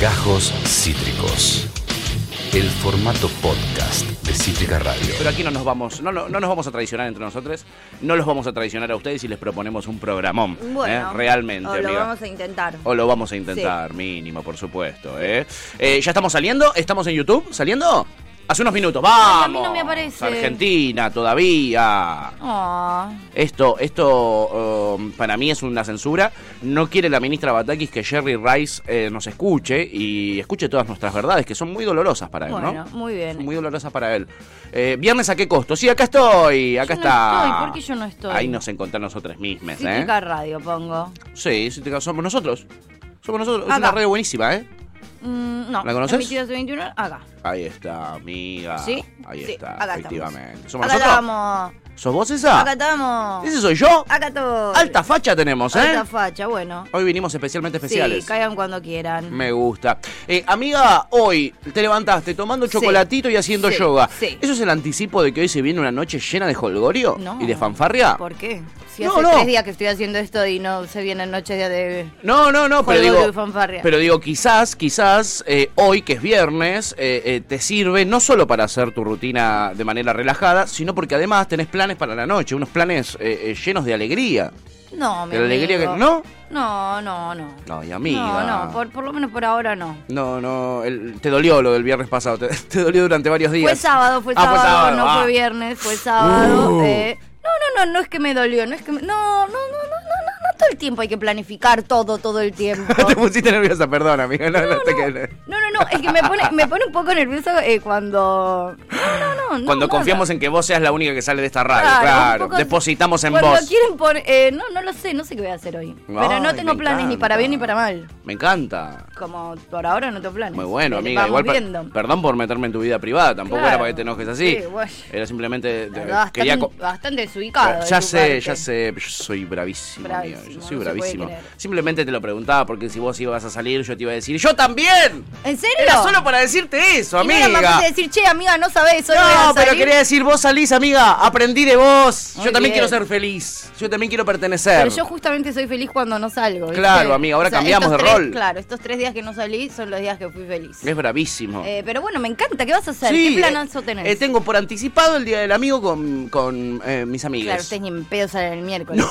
Gajos Cítricos. El formato podcast de Cítrica Radio. Pero aquí no nos vamos, no, no, no nos vamos a traicionar entre nosotros, no los vamos a traicionar a ustedes y les proponemos un programón. Bueno, ¿eh? Realmente, o lo amiga. vamos a intentar. O lo vamos a intentar, mínimo, por supuesto. ¿eh? Eh, ya estamos saliendo, estamos en YouTube, saliendo. Hace unos minutos, vamos. a mí no me aparece. Argentina, todavía. Ah, Esto, esto um, para mí es una censura. No quiere la ministra Batakis que Jerry Rice eh, nos escuche y escuche todas nuestras verdades, que son muy dolorosas para él, bueno, ¿no? muy bien. Son muy dolorosas para él. Eh, ¿Viernes a qué costo? Sí, acá estoy, acá no está. estoy, ¿por qué yo no estoy? Ahí nos encontramos nosotros mismos, ¿eh? Cítrica Radio pongo. Sí, sí, te- somos nosotros. Somos nosotros. Es Acá. una radio buenísima, ¿eh? Mm, no. ¿La conoces? 22 y 21, acá. Ahí está, amiga. ¿Sí? Ahí Sí, está, acá estamos. efectivamente. ¿Somos Acá nosotros? estamos. ¿Sos vos esa? Acá estamos. ¿Ese soy yo? Acá todo. Alta facha tenemos, ¿eh? Alta facha, bueno. Hoy vinimos especialmente especiales. Sí, caigan cuando quieran. Me gusta. Eh, amiga, hoy te levantaste tomando Sí. chocolatito y haciendo Sí, yoga. sí. ¿Eso es el anticipo de que hoy se viene una noche llena de holgorio No. y de fanfarria? ¿Por qué? Si No, hace no. tres días que estoy haciendo esto y no se vienen noches ya de... No, no, no, pero Jolgorio y digo, fanfarria. pero digo, quizás, quizás eh, hoy que es viernes eh, eh, te sirve no solo para hacer tu rutina de manera relajada, sino porque además tenés planes para la noche, unos planes eh, eh, llenos de alegría. No, mi De la alegría amigo. que- ¿no? No, no, no. Ay, amiga. No, no, por, por lo menos por ahora no. No, no, el- te dolió lo del viernes pasado, te, te dolió durante varios días. Fue sábado, fue Ah, sábado, no ah. fue viernes, fue sábado. Uh. eh, no, no, no, no es que me dolió, no es que me- no, no, no, no, no, no, no todo el tiempo hay que planificar todo, todo el tiempo. te pusiste nerviosa, perdón, amiga. No, no, te quedes- No, no, no, es que me pone, me pone un poco nerviosa eh, cuando. No, no, no, no. Cuando no, confiamos en que vos seas la única que sale de esta radio, claro. un poco- Depositamos en cuando vos. quieren poner. eh, no, no lo sé, no sé qué voy a hacer hoy. Pero no Ay, tengo me planes ni para encanta. bien ni para mal. Me encanta. Como por ahora no tengo planes. Muy bueno, Eh, amiga. vamos Igual, per- viendo. perdón por meterme en tu vida privada, tampoco Claro. era para que te enojes así. Sí, bueno. Era simplemente. La te- verdad, quería bastante, co- bastante desubicado. de ya tu sé, parte. ya sé, yo soy bravísimo, amiga, Bravísimo, yo soy no se puede bravísimo. creer. Simplemente te lo preguntaba porque si vos ibas a salir yo te iba a decir, ¡yo también! ¿En serio? Era solo para decirte eso, Y no amiga. era más fácil decir, che, amiga, no sabés, hoy voy a No, pero salir". quería decir, vos salís, amiga, aprendí de vos. Muy yo también bien. quiero ser feliz. Yo también quiero pertenecer. Pero yo justamente soy feliz cuando no salgo. ¿viste? Claro, amiga, ahora cambiamos estos de tres- rol. Claro, estos tres días que no salí son los días que fui feliz. Es bravísimo. Eh, pero bueno, me encanta. ¿Qué vas a hacer? Sí, ¿Qué planazo eh, tenés? eh, tengo por anticipado el Día del Amigo con, con, eh, mis amigas. Claro, ustedes ni en pedo salen el miércoles.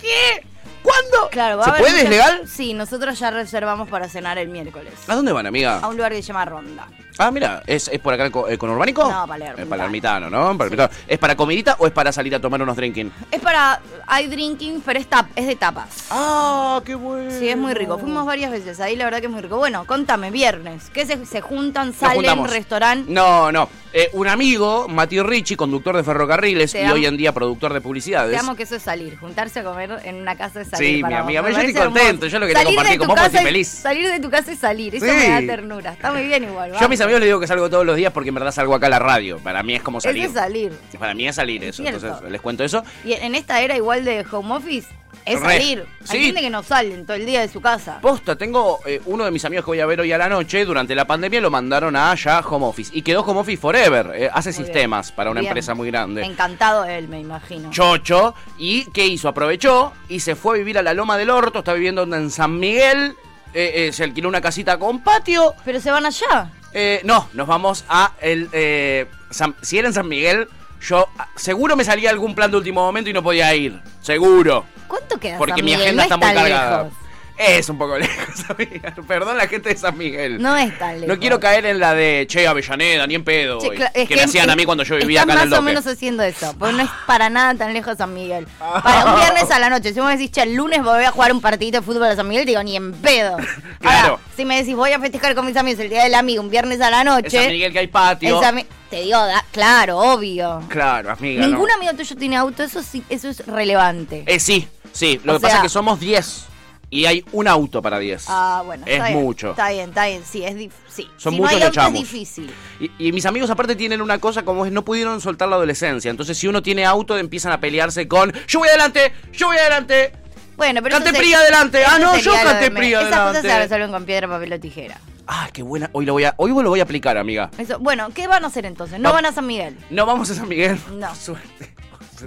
¿Qué? ¿Cuándo? Claro, va a ¿Se haber puede? ¿Es muchas- legal? Ah. Sí, nosotros ya reservamos para cenar el miércoles. ¿A dónde van, amiga? A un lugar que se llama Ronda. Ah, mira, ¿es, es por acá con, Urbánico? No, Palermitano. Es Eh, palermitano, ¿no? Palermitano. ¿Es para comidita o es para salir a tomar unos drinking? Es para. Hay drinking, pero es, tap- es de tapas. Ah, qué bueno. Sí, es muy rico. Fuimos varias veces ahí, la verdad que es muy rico. Bueno, contame, viernes. ¿Qué se, se juntan, Nos salen, juntamos. restaurante? No, no. Eh, un amigo, Mati Ricci, conductor de ferrocarriles Te y amo. hoy en día productor de publicidades. Te amo que eso es salir, juntarse a comer en una casa es salir. Sí, para mi vos. amiga, Me yo estoy parece hermoso. contento, yo lo quería Salir de compartir con tu vos porque casa estoy y- feliz. Salir de tu casa es salir, eso Sí. me da ternura. Está muy bien igual. Yo a vamos. mis amigos les digo que salgo todos los días porque en verdad salgo acá a la radio. Para mí es como Eso salir. es salir. Para mí es salir eso. cierto. Entonces les cuento eso. Y en esta era igual de home office, es Re. salir. Hay Sí. gente que no salen todo el día de su casa. Posta, tengo eh, uno de mis amigos que voy a ver hoy a la noche. Durante la pandemia lo mandaron a allá home office. Y quedó home office forever. Eh, hace Muy bien. sistemas para una Bien. empresa muy grande. Encantado él, me imagino. chocho. ¿Y qué hizo? Aprovechó y se fue a vivir a la Loma del Orto, está viviendo en San Miguel, eh, eh, se alquiló una casita con patio. Pero se van allá. Eh, no, nos vamos a el... eh, San- si era en San Miguel, yo ah, seguro me salía algún plan de último momento y no podía ir. Seguro. ¿Cuánto queda Porque San mi Miguel? agenda está No es muy tan cargada. lejos. Es un poco lejos, amiga. Perdón la gente de San Miguel. No es tan lejos. No quiero caer en la de Che Avellaneda, ni en pedo. Che, y- cla- que, es me hacían a mí cuando yo vivía estás acá en el más o Doque. menos haciendo eso, porque no es para nada tan lejos San Miguel. Para un viernes a la noche, si vos me decís, che, el lunes voy a jugar un partidito de fútbol a San Miguel, digo, ni en pedo. Claro. Ahora, si me decís, voy a festejar con mis amigos el día del amigo, un viernes a la En noche. San Miguel que hay patio. en San Mi- Te digo, da- claro, obvio. Claro, amiga. no. Ningún amigo tuyo tiene auto, eso sí, eso es relevante. Eh, sí, sí. Lo O que pasa sea- es que somos 10 y hay un auto para 10. Ah, bueno, Es está bien, mucho. Está bien, está bien, sí, es dif- sí. Son si muchos no hay los auto es chamos. difícil. Y, y mis amigos aparte tienen una cosa como es no pudieron soltar la adolescencia. Entonces si uno tiene auto empiezan a pelearse con yo voy adelante, yo voy adelante. Bueno, pero eso Cantepría se- adelante. eso Ah, no, sería yo lo de Cantepría menos. Esas cosas se adelante. resuelven con piedra, papel o tijera. Ah, qué buena. Hoy lo voy a, hoy lo voy a aplicar, amiga. Eso, bueno, ¿qué van a hacer entonces? No, Va- van a San Miguel. No vamos a San Miguel. No. Por suerte.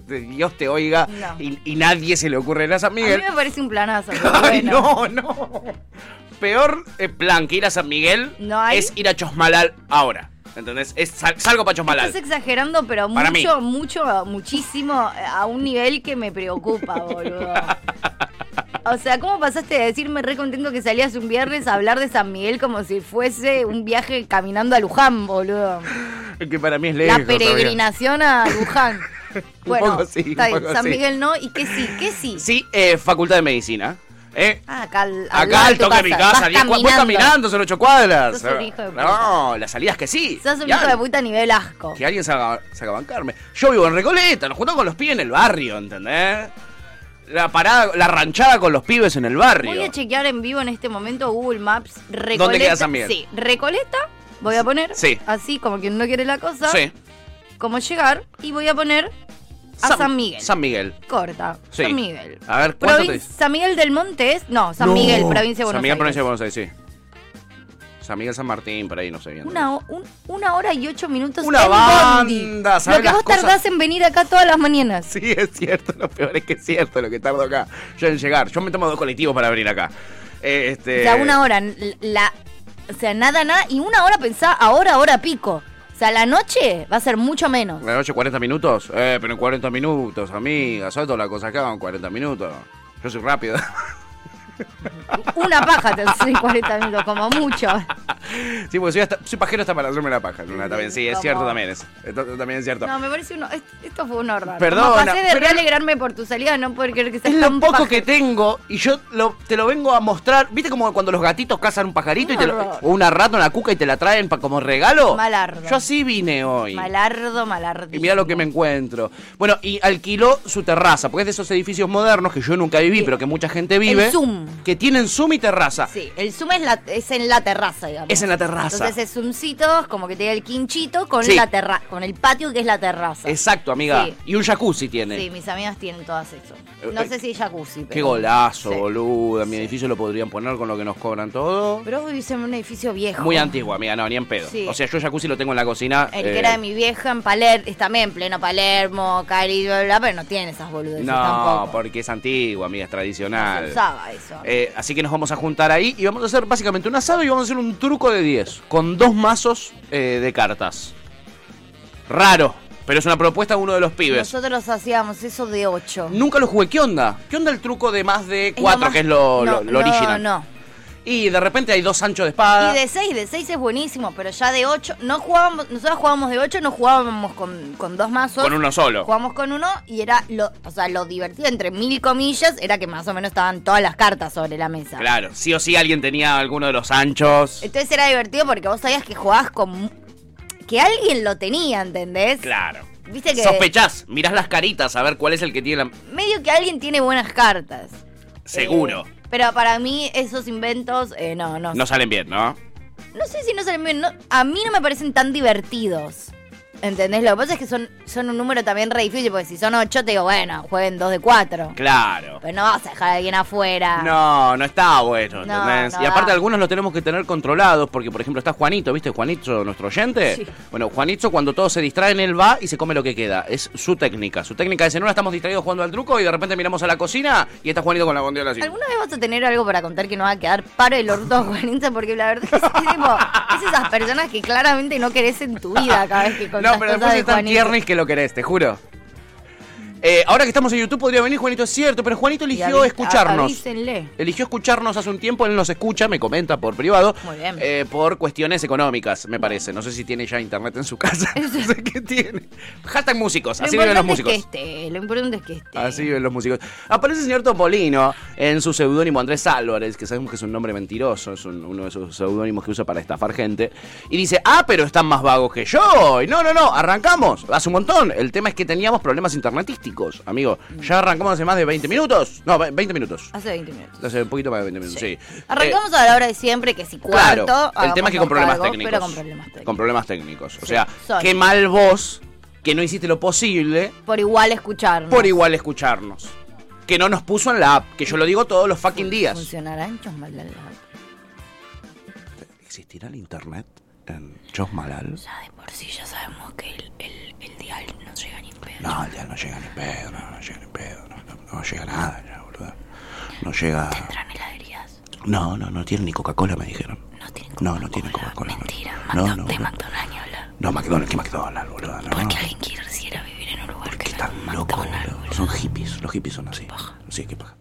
te- Dios te oiga No. y, y nadie se le ocurre ir a San A mí Miguel. me parece un planazo. pero Ay, bueno. no, no. Peor eh, plan que ir a San Miguel No hay. es ir a Chosmalal ahora. ¿Entendés? Es, sal- salgo para Chosmalal. Estás exagerando, pero Para mí. mucho, mucho, muchísimo, eh, a un nivel que me preocupa, boludo. O sea, ¿cómo pasaste de decirme re contento que salías un viernes a hablar de San Miguel como si fuese un viaje caminando a Luján, boludo? Que para mí es lejos. La todavía. peregrinación a Luján. Bueno, poco sí, un está bien, poco San sí. Miguel no, ¿y qué sí? ¿Qué sí? Sí, eh, Facultad de Medicina. ¿eh? Ah, acá al, al Acá lado al tu toque de mi casa, vas 10 cua- voy caminando, son ocho cuadras. Sos un hijo de puta. No, las salidas que sí. Sos un Ya, hijo de puta a nivel asco. Que alguien se haga, se haga bancarme. Yo vivo en Recoleta, nos juntamos con los pibes en el barrio, ¿entendés? La parada, la ranchada con los pibes en el barrio. Voy a chequear en vivo en este momento Google Maps. Recoleta. queda San Miguel? Sí, Recoleta. Voy a poner. Sí. Así como quien no quiere la cosa. Sí. Cómo llegar. Y voy a poner a San, Miguel. San Miguel. Corta. Sí. San Miguel. A ver, ¿cuánto Provin- te dice? San Miguel del Monte es. No, San Miguel, provincia de Buenos San Miguel, Aires. provincia de Buenos Aires, sí. San Miguel, San Martín, por ahí no sé bien. Una, ho- un- una hora y ocho minutos Una en banda, bondi. ¿sabes Lo que las vos cosas? tardás en venir acá todas las mañanas. Sí, es cierto, lo peor es que es cierto lo que tardo acá. Yo en llegar, yo me tomo dos colectivos para venir acá. Eh, este... O sea, una hora, n- la, o sea, nada, nada, y una hora pensá, ahora, hora pico. O sea, la noche va a ser mucho menos. ¿La noche 40 minutos? Eh, pero en 40 minutos, amiga, ¿sabes todas las cosas que hago en 40 minutos? Yo soy rápido. Una paja te hace 40 minutos, como mucho. sí, porque soy, hasta, soy pajero hasta para hacerme la paja. Luna, también, sí, es Como- cierto también es. Esto- también es cierto. No, me parece uno. es- Esto fue un horror. Perdona, Como pasé de pero- re alegrarme por tu salida, no poder creer que seas Es lo tan poco paja. que tengo y yo lo- te lo vengo a mostrar. ¿Viste como cuando los gatitos cazan un pajarito y te lo- Horror. o una rata, una cuca y te la traen pa- como regalo? Malardo. Yo así vine hoy. Malardo, malardo. Y mira lo que me encuentro. Bueno, y alquiló su terraza, porque es de esos edificios modernos que yo nunca viví, Sí. pero que mucha gente vive. El Zoom. Que tienen Zoom y terraza. Sí, el Zoom es, la- es en la terraza, digamos. Es en la terraza. Entonces es Zoomcito, es como que tiene el quinchito con Sí. la terra con el patio que es la terraza. Exacto, amiga. Sí. Y un jacuzzi tiene. Sí, mis amigas tienen todas eso. No Eh, sé si es jacuzzi. Qué pero- golazo, Sí. boluda. Mi Sí. edificio lo podrían poner con lo que nos cobran todo. Pero vos vivís en un edificio viejo. Muy antiguo, amiga, no, ni en pedo. Sí. O sea, yo jacuzzi lo tengo en la cocina. El eh, que era de mi vieja en Palermo, también en pleno Palermo, Cari, bla, bla, pero no tiene esas boludeces No, tampoco. porque es antiguo, amiga, es No se tradicional. usaba eso. Eh, así que nos vamos a juntar ahí y vamos a hacer básicamente un asado y vamos a hacer un truco de 10 con dos mazos eh, de cartas. Raro, pero es una propuesta de uno de los pibes. Nosotros hacíamos eso de 8. Nunca lo jugué. ¿Qué onda? ¿Qué onda el truco de más de 4 que es lo, lo- lo original? No, no. Y de repente hay dos anchos de espada. Y de 6, de 6 es buenísimo, pero ya de 8, no jugábamos, nosotros jugábamos de 8, no jugábamos con, con dos mazos. Con uno solo. Jugamos con uno y era lo, o sea, lo divertido, entre mil comillas, era que más o menos estaban todas las cartas sobre la mesa. Claro, sí o sí alguien tenía alguno de los anchos. Entonces era divertido porque vos sabías que jugabas con. mu- que alguien lo tenía, ¿entendés? Claro. Viste que. Sospechás, mirás las caritas a ver cuál es el que tiene la... Medio que alguien tiene buenas cartas. Seguro. Eh, pero para mí, esos inventos, eh, no, no. No salen bien, ¿no? No sé si no salen bien. no- a mí no me parecen tan divertidos. ¿Entendés? Lo que pasa es que son, son un número también re difícil, porque si son ocho, te digo, bueno, jueguen dos de cuatro. Claro. Pero no vas a dejar a alguien afuera. No, no está bueno, No, ¿entendés? no y aparte da. algunos los tenemos que tener controlados, porque por ejemplo está Juanito, ¿viste? Juanito, nuestro oyente. Sí. Bueno, Juanito cuando todos se distraen, él va y se come lo que queda. Es su técnica. Su técnica es en una estamos distraídos jugando al truco y de repente miramos a la cocina y está Juanito con la bondiola así. ¿Alguna vez vas a tener algo para contar que no va a quedar paro el orto Juanita? Porque la verdad es, es tipo, es esas personas que claramente no querés en tu vida cada vez que contás No, pero cosas después de están Juanita. tiernis que lo querés, te juro. Eh, ahora que estamos en YouTube podría venir Juanito, es cierto, pero Juanito Y eligió avi- escucharnos. Avísenle. Eligió escucharnos hace un tiempo, él nos escucha, me comenta por privado, Muy bien. eh, por cuestiones económicas, me parece. No sé si tiene ya internet en su casa. no sé qué tiene. Hashtag músicos, así lo viven los importante músicos. es que esté, lo importante es que esté. Así viven los músicos. Aparece el señor Topolino en su seudónimo Andrés Álvarez, que sabemos que es un nombre mentiroso, es un- uno de esos seudónimos que usa para estafar gente. Y dice, ah, pero están más vagos que yo. Y no, no, no, arrancamos. Hace un montón. El tema es que teníamos problemas internetísticos, amigo. Mm. Ya arrancamos hace más de 20 minutos. No, ve- 20 minutos. Hace 20 minutos. Hace un poquito más de 20 minutos, sí. Arrancamos a la hora de siempre, que si Eh, cuarto. claro, el tema hagamos es que con problemas cargo, técnicos. Pero con problemas técnicos. Con problemas técnicos. O Sí, sea, sorry. qué mal vos que no hiciste lo posible Por igual escucharnos. por igual escucharnos. Que no nos puso en la app, que yo lo digo todos los fucking días. Funcionarán chosmalal. ¿Existirá el internet en Chosmalal? Ya de por sí ya sabemos que el, el, el dial no llega ni en pedo. No, ya no llega ni pedo, no, no llega ni pedo, no, no- no llega nada ya, boludo. No llega. ¿Tendrán heladerías? No, no, no tiene ni Coca-Cola, me dijeron. No tienen No, no tiene Coca-Cola. no. Mentira, No, Macdo- no, de no. McDonald's ni hablar. No, McDonald's, que McDonald's, boludo. No, Porque alguien quisiera vivir en un lugar que que no es están locos, McDonald's. boludo. Son hippies, los hippies son así. Sí, qué paja.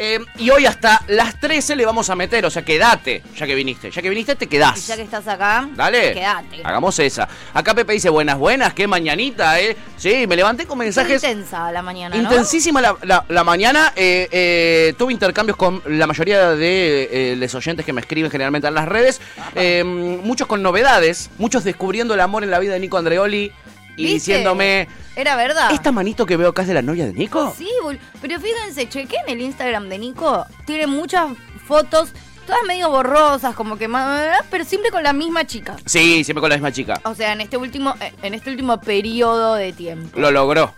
Eh, y hoy hasta las 13 le vamos a meter, o sea, quédate, ya que viniste. Ya que viniste, te Y quedás. ya que estás acá, Dale. quédate. Hagamos esa. Acá Pepe dice, buenas, buenas, qué mañanita, ¿eh? Sí, me levanté con Estuvo mensajes... intensa la mañana, ¿no? Intensísima la, la- la mañana. eh, eh, tuve intercambios con la mayoría de eh, los oyentes que me escriben generalmente en las redes. eh, muchos con novedades, muchos descubriendo el amor en la vida de Nico Andreoli y ¿Viste? diciéndome. Era verdad. ¿Esta manito que veo acá es de la novia de Nico? Sí, bol- pero fíjense, chequé en el Instagram de Nico, tiene muchas fotos, todas medio borrosas, como que más, pero siempre con la misma chica. Sí, siempre con la misma chica. O sea, en este último, eh, en este último periodo de tiempo. Lo logró.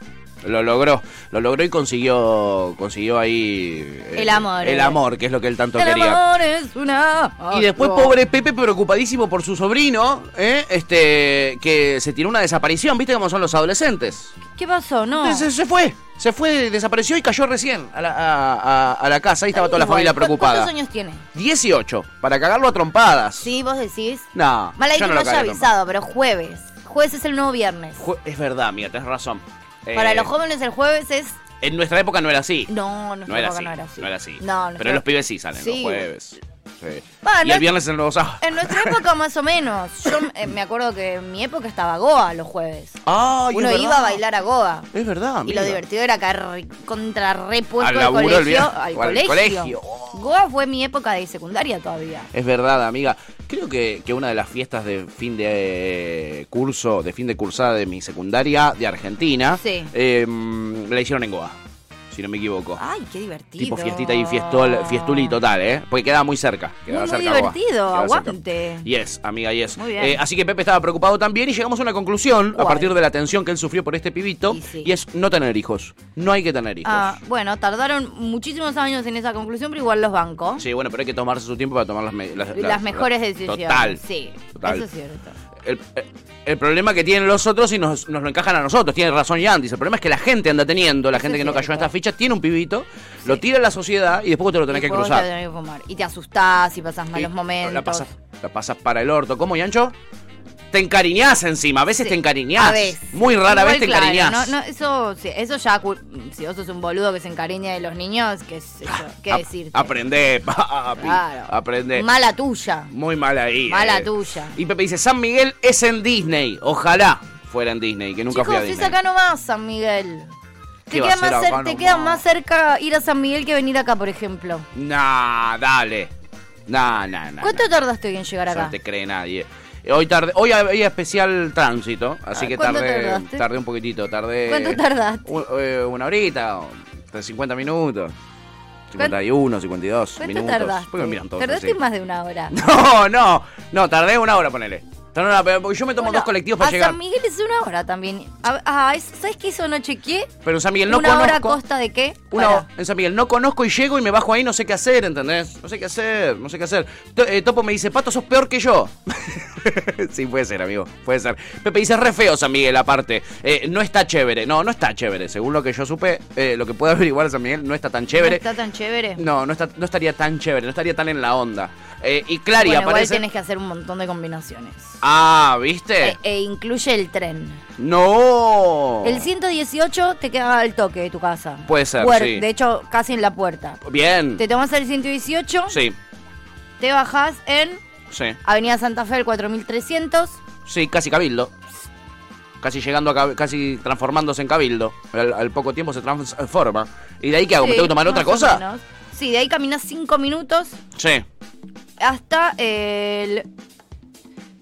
Lo logró, lo logró y consiguió consiguió ahí eh, El amor. El amor, que es lo que él tanto El quería. amor es una. Y después, Oh. pobre Pepe, preocupadísimo por su sobrino, ¿eh? este, que se tiró una desaparición, ¿viste cómo son los adolescentes? ¿Qué pasó? No. Entonces se fue, se fue, desapareció y cayó recién a la, a- a- a la casa, ahí estaba toda la Igual, familia ¿cu- preocupada. ¿Cuántos años tiene? 18, para cagarlo a trompadas. Sí, vos decís. No, Mal ahí yo que no lo no, haya cagaría a trompadas. avisado, pero jueves. Jueves es el nuevo viernes. Jue- Es verdad, mira, tenés razón. Eh, Para los jóvenes el jueves es. En nuestra época no era así. No, no, No era así. no era así. No era así. No, no Pero era- los pibes sí salen los Sí. jueves. Sí. Va, y no el es- viernes es el nuevo sábado. En nuestra época más o menos. Yo eh, me acuerdo que en mi época estaba Goa los jueves. Ay, es Uno verdad. iba a bailar a Goa. Es verdad, Y amiga. lo divertido era caer re- contra repuesto Al al, laburo, colegio, olvidá- al o al colegio. colegio. Goa fue mi época de secundaria todavía. Es verdad, amiga. Creo que, que una de las fiestas de fin de eh, curso, de fin de cursada de mi secundaria de Argentina, Sí. eh, mm, la hicieron en Goa, si no me equivoco. Ay, qué divertido. tipo fiestita y fiestol, fiestuli total, ¿eh? Porque quedaba muy cerca. Quedaba Muy, muy cerca Goa. divertido, Quedaba cerca. aguante. Yes, amiga, yes. Muy bien. Eh, así que Pepe estaba preocupado también y llegamos a una conclusión a ¿Cuál? partir de la tensión que él sufrió por este pibito Y sí. y es no tener hijos. No hay que tener hijos. Ah, bueno, tardaron muchísimos años en esa conclusión, pero igual los bancos. Sí, bueno, pero hay que tomarse su tiempo para tomar las, me- las, Las, las- mejores las- decisiones. Total. Sí, Total. eso es cierto. El, el problema que tienen los otros y nos, nos lo encajan a nosotros, tiene razón Yandis. El problema es que la gente anda teniendo, la gente que no cayó en cierto. esta ficha, tiene un pibito, lo tira a la sociedad y después vos te lo tenés Y que vos cruzar. te tenés que fumar. Y te asustás y pasás malos Y momentos. La pasas, la pasas para el orto. ¿Cómo, Yancho? Te encariñás encima, a veces te encariñás. A veces. Muy rara Igual, vez te claro, encariñás. No, no, eso, sí, eso ya, cu- si vos sos un boludo que se encariña de los niños, ¿qué, es eso? ¿Qué A- decirte? Aprendé, papi. Claro. Aprendé. Mala tuya. Muy mal ahí. Mala eh. tuya. Y Pepe dice, San Miguel es en Disney. Ojalá fuera en Disney, que nunca fui a Chicos, es Disney. acá nomás, San Miguel. ¿Qué Te, va queda a ser más, cer- acá te queda nomás? más cerca ir a San Miguel que venir acá, por ejemplo. Nah, dale. Nah, nah, nah. ¿Cuánto nah. tardaste en llegar Eso acá? No te cree nadie. Eh, Hoy tarde, hoy había especial tránsito, así Ah, que ¿cuánto tardé, tardaste? tardé un poquitito, tardé ¿Cuánto tardaste? u- eh, una horita, o hasta 50 minutos. 51, 52 ¿Cuánto minutos. tardaste? ¿Por qué me miran todos tardaste así? más de una hora. No, no, no, tardé una hora, ponele. Tardé una hora, porque yo me tomo Bueno, dos colectivos para a llegar. San Miguel es una hora también. A- ah, es- ¿Sabes qué? Eso no chequeé. Pero en San Miguel no una conozco. hora a costa de qué? Una Pará. hora. en San Miguel, no conozco y llego y me bajo ahí, no sé qué hacer, ¿entendés? No sé qué hacer, no sé qué hacer. To- eh, Topo me dice, Pato, sos peor que yo. sí, puede ser, amigo, puede ser. Pepe dice, re feo San Miguel, aparte. Eh, no está chévere, no, no está chévere. Según lo que yo supe, eh, lo que puedo averiguar de San Miguel, no está tan No chévere. está tan chévere. No, no, está, no estaría tan chévere, no estaría tan en la onda. Eh, y Clary Bueno, igual aparece... tienes que hacer un montón de combinaciones. Ah, ¿viste? E, e incluye el tren. No. El 118 te queda al toque de tu casa. Oh. Puede ser, Puer- sí. De hecho, casi en la puerta. Bien. Te tomas el 118, Sí, te bajás en sí. Avenida Santa Fe, el 4300. Sí, casi cabildo. Casi llegando a cab- casi transformándose en cabildo. Al, al poco tiempo se transforma. ¿Y de ahí qué hago? ¿Me Sí, tengo que tomar Eh, más otra o cosa? menos. Sí, de ahí caminas 5 minutos Sí. hasta el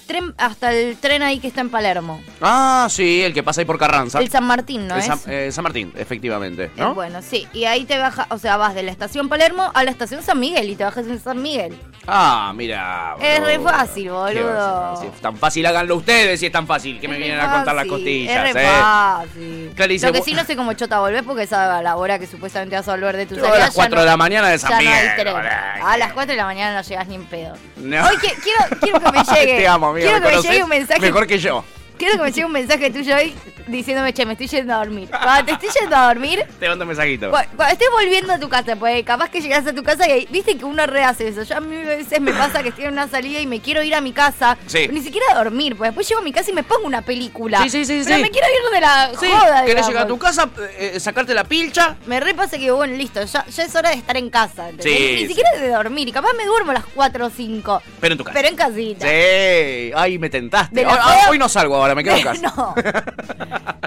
tren hasta el tren ahí que está en Palermo. Ah, sí, el que pasa ahí por Carranza. El San Martín, ¿no El es? San, eh, San Martín, efectivamente. Eh, ¿no? Bueno, sí, y ahí te bajas, o sea, vas de la estación Palermo a la estación San Miguel y te bajas en San Miguel. Ah, mira. Es re boludo. fácil, Qué boludo. básico. Si es tan fácil, háganlo ustedes si es tan fácil. Que me Es vienen re a contar las fácil, costillas, Es re eh. fácil. Clarice, Lo que vos- sí no sé cómo chota volvés porque es a la hora que supuestamente vas a volver de tu Yo salida. a las ya 4 no- de la mañana de San ya no hay Miguel, tren. boludo. A las 4 de la mañana no llegas ni en pedo. No. Hoy que- quiero, quiero que me llegue. Te amo, amigo. ¿me Quiero que me conoces? llegue un mensaje. Mejor que yo. Quiero que me llegue un mensaje tuyo hoy diciéndome, che, me estoy yendo a dormir. Cuando te estoy yendo a dormir, Te mando un mensajito. cu- cuando estés volviendo a tu casa, porque capaz que llegas a tu casa y ahí- viste que uno rehace eso. Ya a mí a veces me pasa que estoy en una salida y me quiero ir a mi casa, Sí. pero ni siquiera a dormir, porque después llego a mi casa y me pongo una película. Sí, sí, sí, Pero sí. me quiero ir de la Sí, joda, ¿Querés digamos. llegar a tu casa, eh, eh, sacarte la pilcha? Me repasa que, bueno, listo, ya, ya es hora de estar en casa. ¿entendés? Sí, Ni sí. siquiera de dormir. Y capaz me duermo a las 4 o 5. Pero en tu casa. Pero en casita. Sí, ay, me tentaste. De la Hoy, fea- hoy no salgo ahora, me quedo en casa. no.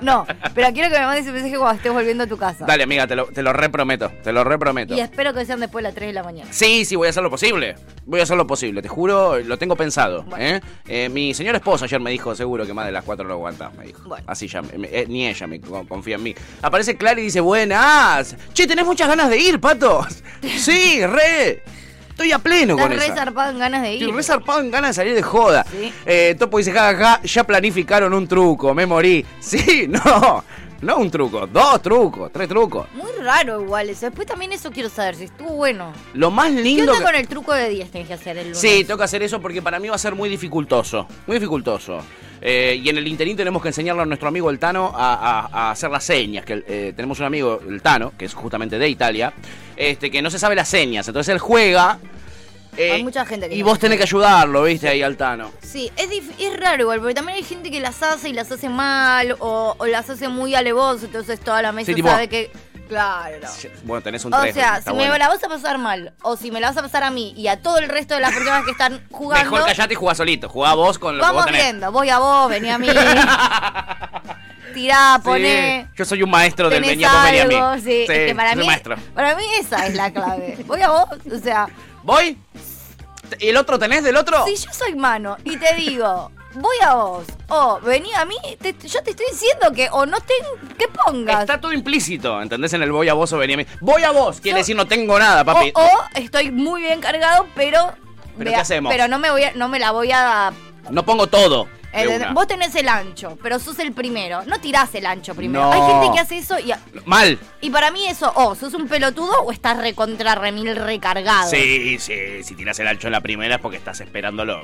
No, pero quiero que me mandes un mensaje cuando estés volviendo a tu casa. Dale, amiga, te lo, te lo reprometo, te lo reprometo. Y espero que sean después de las 3 de la mañana. Sí, sí, voy a hacer lo posible. Voy a hacer lo posible, te juro, lo tengo pensado. ¿eh? Eh, mi señora esposa ayer me dijo, seguro que más de las cuatro no aguantás, me dijo. Bueno. Así ya, me- me- eh, ni ella me co- confía en mí. Aparece Clara y dice, buenas. Che, tenés muchas ganas de ir, pato. sí, re. Estoy a pleno Estás con re eso. zarpado en ganas de ir. Estoy re zarpado en ganas de salir de joda. Sí. Eh, Topo dice, jajaja, ya planificaron un truco, me morí. Sí, no, no un truco, dos trucos, tres trucos. Muy raro igual eso. Después también eso quiero saber, si estuvo bueno. Lo más ¿Qué lindo onda que... con el truco de 10 tenés que hacer el lunes? Sí, toca hacer eso porque para mí va a ser muy dificultoso. Muy dificultoso. Eh, y en el interín tenemos que enseñarle a nuestro amigo el Tano a, a- a hacer las señas. Que eh, tenemos un amigo, el Tano, que es justamente de Italia, este, que no se sabe las señas. Entonces él juega. eh, Hay mucha gente que y no vos sabe. tenés que ayudarlo, viste, ahí al Tano. Sí, es, dif- es raro igual, porque también hay gente que las hace y las hace mal, o, o las hace muy alevoso, entonces toda la mesa Sí, tipo- sabe que... Claro. Bueno, tenés un O tres, sea, si está me bueno. la vas a pasar mal, o si me la vas a pasar a mí y a todo el resto de las personas que están jugando, Mejor callate y jugá solito. Jugá vos con lo vamos que vos tenés. viendo. Voy a vos, vení a mí. Tirá, poné. Sí, Yo soy un maestro del tenés venía vos, vení a mí. algo, sí. Es que para soy mí, maestro. para mí esa es la clave. Voy a vos, o sea, ¿Voy? ¿Y el otro tenés del otro? si yo soy mano y te digo, voy a vos, o vení a mí, te- yo te estoy diciendo que o no te que pongas. Está todo implícito, ¿entendés? En el voy a vos o venía a mí. Voy a vos, quiere Yo- Oh, decir no tengo nada, o, papi. o estoy muy bien cargado, pero Pero ¿qué hacemos? pero no me voy a- no me la voy a No pongo todo. de ¿Entendés? una. Vos tenés oh. el ancho, pero sos el primero. No tirás el ancho primero. No. Hay gente que hace eso y, Mal. y para mí eso, o sos un pelotudo o estás recontra remil recargado. Sí, sí, si tirás el ancho en la primera es porque estás esperándolo.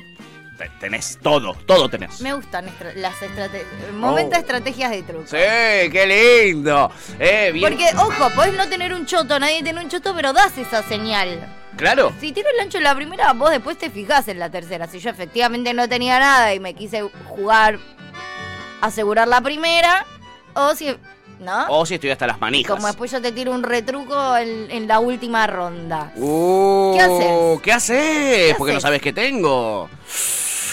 Te- Tenés todo, todo tenés. Me gustan estra- las estrategias. Momento Oh. estrategias de truco. Sí, qué lindo. Eh, bien. Porque, ojo, podés no tener un choto, nadie tiene un choto, pero das esa señal. Claro. Si tiro el ancho en la primera, vos después te fijás en la tercera. Si yo efectivamente no tenía nada y me quise jugar, asegurar la primera, o si. ¿No? O si estoy hasta las manijas. Como después yo te tiro un retruco en, en la última ronda. Uh, ¿Qué haces? ¿Qué haces? ¿Qué Porque no haces? sabes qué tengo.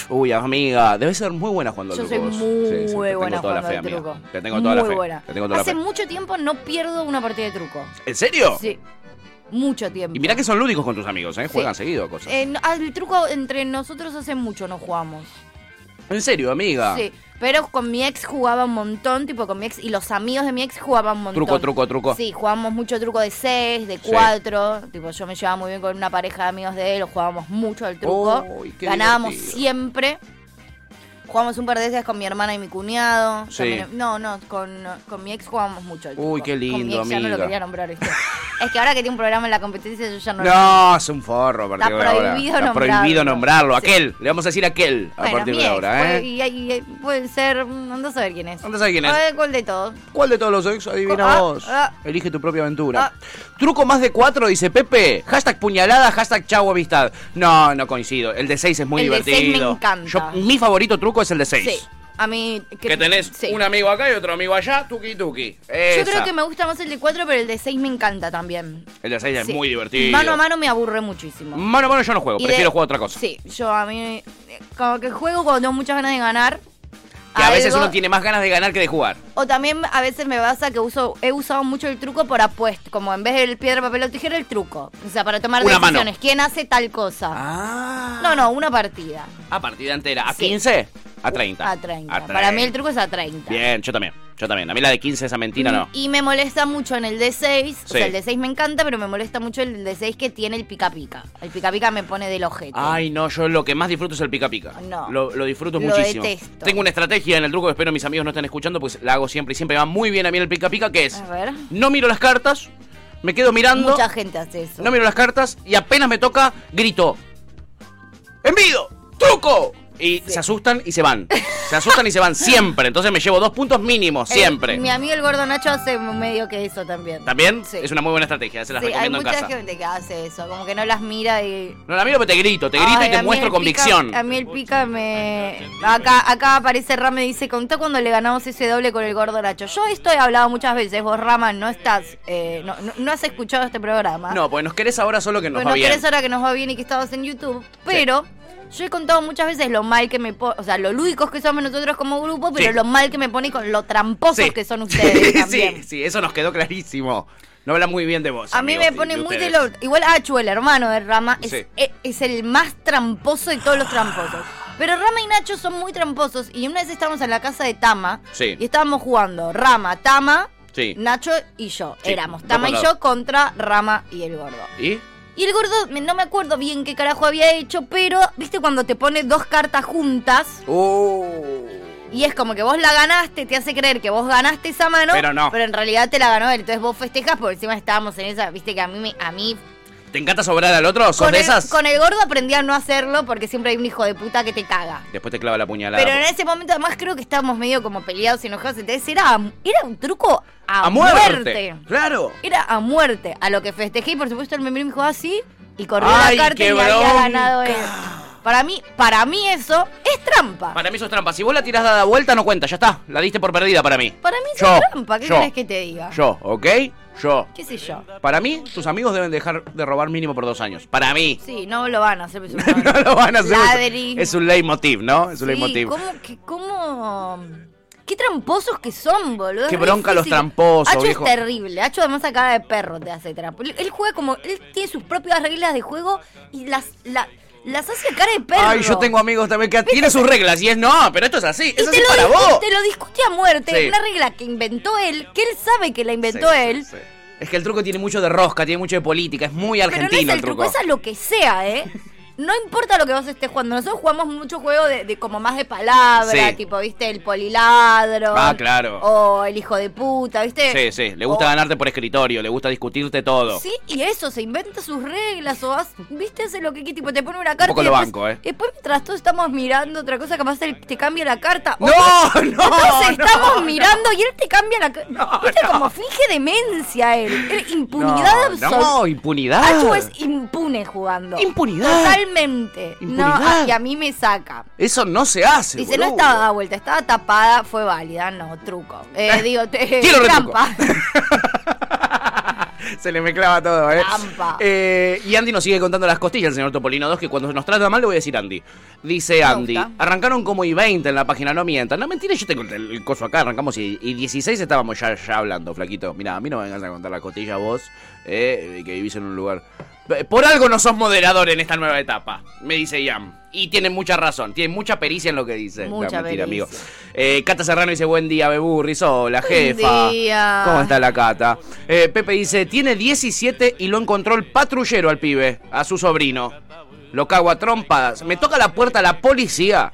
Uy, amiga, debes ser muy buena jugando al Yo truco. soy vos. muy Sí, sí, te tengo buena toda la jugando fe, al amiga. truco. Te tengo toda la Muy fe. buena. Te tengo toda la Hace fe. mucho tiempo no pierdo una partida de truco. ¿En serio? Sí. Mucho tiempo. Y mirá que son lúdicos con tus amigos, ¿eh? Sí. Juegan seguido a cosas. Eh, no, al truco entre nosotros hace mucho no jugamos. en serio, amiga. Sí. Pero con mi ex jugaba un montón, tipo con mi ex y los amigos de mi ex jugaban un montón. Truco, truco, truco. Sí, jugábamos mucho truco de seis, de Sí. cuatro. Tipo, yo me llevaba muy bien con una pareja de amigos de él, jugábamos mucho al truco. Uy, qué Ganábamos divertido. siempre. Jugamos un par de veces con mi hermana y mi cuñado. Sí. También- no, no, con, con mi ex jugábamos mucho al truco. Uy, qué Con mi lindo, ex ya no lo amiga. quería nombrar, ¿viste? es que ahora que tiene un programa en la competencia yo ya no lo No, es un forro a partir Está de ahora. prohibido Está nombrarlo. prohibido nombrarlo. Sí. Aquel, le vamos a decir aquel a Bueno, partir mi de ex, ahora, puede- ¿eh? Y, y- y puede ser, mm, anda a saber quién es. Anda a saber quién es. A ver, ¿cuál de todos? ¿Cuál de todos los ex adivina Ah, vos? ah. Elige tu propia aventura. Ah. Truco más de cuatro, dice Pepe. Hashtag puñalada, hashtag chau amistad. No, no coincido. El de seis es muy El de divertido. seis me encanta. Yo- mi favorito truco es el de seis. Sí. A mí... Que tenés sí. un amigo acá y otro amigo allá, tuki tuki. Yo Esa. creo que me gusta más el de 4, pero el de 6 me encanta también. El de seis es Sí. muy divertido. Mano a mano me aburre muchísimo. Mano a mano yo no juego, Y de- prefiero jugar otra cosa. Sí, yo a mí. eh, Como que juego cuando tengo muchas ganas de ganar. Que a veces algo. uno tiene más ganas de ganar que de jugar. O también a veces me pasa que uso, he usado mucho el truco por apuesta. Como en vez del piedra, papel o tijera, el truco. O sea, para tomar Una decisiones. mano. ¿Quién hace tal cosa? Ah. No, no, una partida. A partida entera. ¿A Sí. 15? A 30. A 30. Para mí el truco es a 30. Bien, yo también. Yo también. A mí la de 15, esa mentira no. Y me molesta mucho en el D6. O Sí. sea, el D6 me encanta, pero me molesta mucho el D6 que tiene el pica pica. El pica pica me pone del ojete. Ay, no, yo lo que más disfruto es el pica pica. No. Lo, lo disfruto Lo muchísimo. detesto. Tengo una estrategia en el truco que espero mis amigos no estén escuchando, pues la hago siempre y siempre va muy bien a mí el pica pica, que es. A ver. No miro las cartas, me quedo mirando. Mucha gente hace eso. No miro las cartas y apenas me toca, grito. ¡Envido! ¡Truco! Y se asustan y se van. Se se asustan y se van siempre. Entonces me llevo dos puntos mínimos, Eh, siempre. mi amigo el gordo Nacho hace medio que eso también. ¿También? Sí. Es una muy buena estrategia, se las Sí, hay recomiendo en mucha casa. gente que hace eso, como que no las mira y... No la miro, pero te grito, te grito Ay, y a te mí muestro el pica- convicción. a mí el pica me... Acá, acá aparece Rama y dice, contá cuando le ganamos ese doble con el gordo Nacho. Yo esto he hablado muchas veces, vos Rama no estás, eh, no, no- no has escuchado este programa. No, pues nos querés ahora solo que nos Bueno, va bien. ahora que nos va bien y que estabas en YouTube, pero... Yo he contado muchas veces lo mal que me pone, o sea, lo lúdicos que somos nosotros como grupo, pero Sí. lo mal que me pone con lo tramposos Sí. que son ustedes también. sí, sí, eso nos quedó clarísimo. No habla muy bien de vos. A mí amigos, me y pone muy ustedes. de lo... Igual Achu, el hermano de Rama, es, Sí. e- es el más tramposo de todos los tramposos. Pero Rama y Nacho son muy tramposos y una vez estábamos en la casa de Tama Sí. y estábamos jugando Rama, Tama, Sí. Nacho y yo. Sí, Éramos dos Tama y contra yo contra Rama y el gordo. ¿Y? Y el gordo, me- no me acuerdo bien qué carajo había hecho, pero viste cuando te pone dos cartas juntas Uh. y es como que vos la ganaste, te hace creer que vos ganaste esa mano, Pero no. pero en realidad te la ganó él. Entonces vos festejas porque encima estábamos en esa, viste que a mí, me- a mí ¿Te encanta sobrar al otro? ¿Sos con de el, esas? con el gordo aprendí a no hacerlo porque siempre hay un hijo de puta que te caga. Después te clava la puñalada. Pero en ese momento además creo que estábamos medio como peleados y enojados. Entonces era, era un truco a, ¡A muerte! muerte. ¡Claro! Era a muerte. A lo que festejé y por supuesto él me miró y me dijo así y corrió ¡Ay, la carta qué y la había bronca! ganado él. Para mí, para mí eso es trampa. Para, Para mí eso es trampa. Si vos la tirás dada vuelta, no cuenta, ya está. La diste por perdida para mí. mí eso Yo, es trampa. ¿Qué yo, querés que te diga? Yo, ¿ok? Yo. ¿Qué sé yo? Para mí, tus amigos deben dejar de robar mínimo por dos años. Para mí. Sí, no lo van a hacer. pero no lo van a hacer. Ladri. Es un leitmotiv, ¿no? Es un Sí, leitmotiv. ¿cómo, que, cómo... Qué tramposos que son, boludo. Qué Es bronca difícil. los tramposos, Acho viejo. es terrible. Acho además a cara de perro te hace trampo. Él, él juega como... Él tiene sus propias reglas de juego y las, la- las hace a cara de perro. Ay, yo tengo amigos también que tienen sus reglas y es no, pero esto es así. Y Es así te, lo para discu- vos. te lo discute a muerte. Sí. Una regla que inventó él, que él sabe que la inventó Sí, sí, él. sí. Es que el truco tiene mucho de rosca, tiene mucho de política, es muy Pero argentino no es el el truco, es a lo que sea, ¿eh? No importa lo que vos estés jugando. Nosotros jugamos mucho juego de, de como más de palabra, Sí. tipo, ¿viste? El poliladro. Ah, claro. O el hijo de puta, ¿viste? Sí, sí, le gusta O- ganarte por escritorio, le gusta discutirte todo. Oh. Sí, y eso, se inventa sus reglas o hace, ¿viste? Hace lo que quiere, tipo, te pone una carta. poco y lo después- banco, ¿eh? Después, mientras todos estamos mirando otra cosa, capaz él te cambia la carta. O ¡No, vos- no, Entonces no, estamos no. mirando y él te cambia la carta. No, ¿Viste? no. Como finge demencia él. Él- impunidad No, absoluta. no, impunidad. Achu es impune jugando. Ah. Impunidad. Totalmente. Impunidad. No, y a mí me saca. Eso no se hace. Dice, no boludo. estaba dada vuelta, estaba tapada, fue válida, no, truco. Eh, digo, te- Quiero retruco. trampa. Se le mezclaba todo, ¿eh? Trampa. Eh, Y Andy nos sigue contando las costillas, el señor Topolino 2, que cuando nos trata mal le voy a decir Andy. Dice Andy, gusta. arrancaron como y 20 en la página, no mientan. No, mentira, yo tengo el, el coso acá, arrancamos y, y 16 estábamos ya, ya hablando, flaquito. Mira, a mí no me vengas a contar las costillas vos, eh, que vivís en un lugar. P- Por algo no sos moderador en esta nueva etapa, me dice Ian. Y tiene mucha razón, tiene mucha pericia en lo que dice. Mucha pericia. amigo. Eh, Cata Serrano dice, buen día, Beburris, hola, Buen jefa. día. ¿Cómo está la Cata? Eh, Pepe dice, tiene 17 y lo encontró el patrullero al pibe, a su sobrino. Lo cago a trompadas. Me toca la puerta la policía.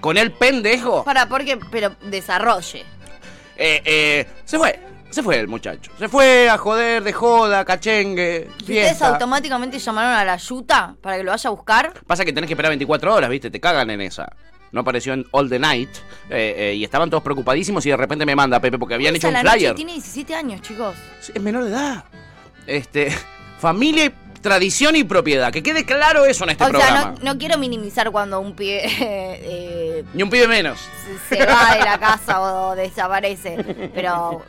Con el pendejo. Para, porque, pero desarrolle. Eh, eh, se fue. Se fue el muchacho. Se fue a joder, de joda, cachengue. ¿Y ¿Ustedes Fiesta. automáticamente llamaron a la yuta para que lo vaya a buscar? Pasa que tenés que esperar 24 horas, ¿viste? Te cagan en esa. No apareció en All the Night. eh, eh, y estaban todos preocupadísimos y de repente me manda Pepe porque habían hecho Esa un la noche flyer. Tiene 17 años, chicos. Sí, Es menor de edad. Este, familia, y tradición y propiedad. Que quede claro eso en este o sea, programa. no, no quiero minimizar cuando un pie eh, Ni un pibe menos. se se va de la casa o desaparece, pero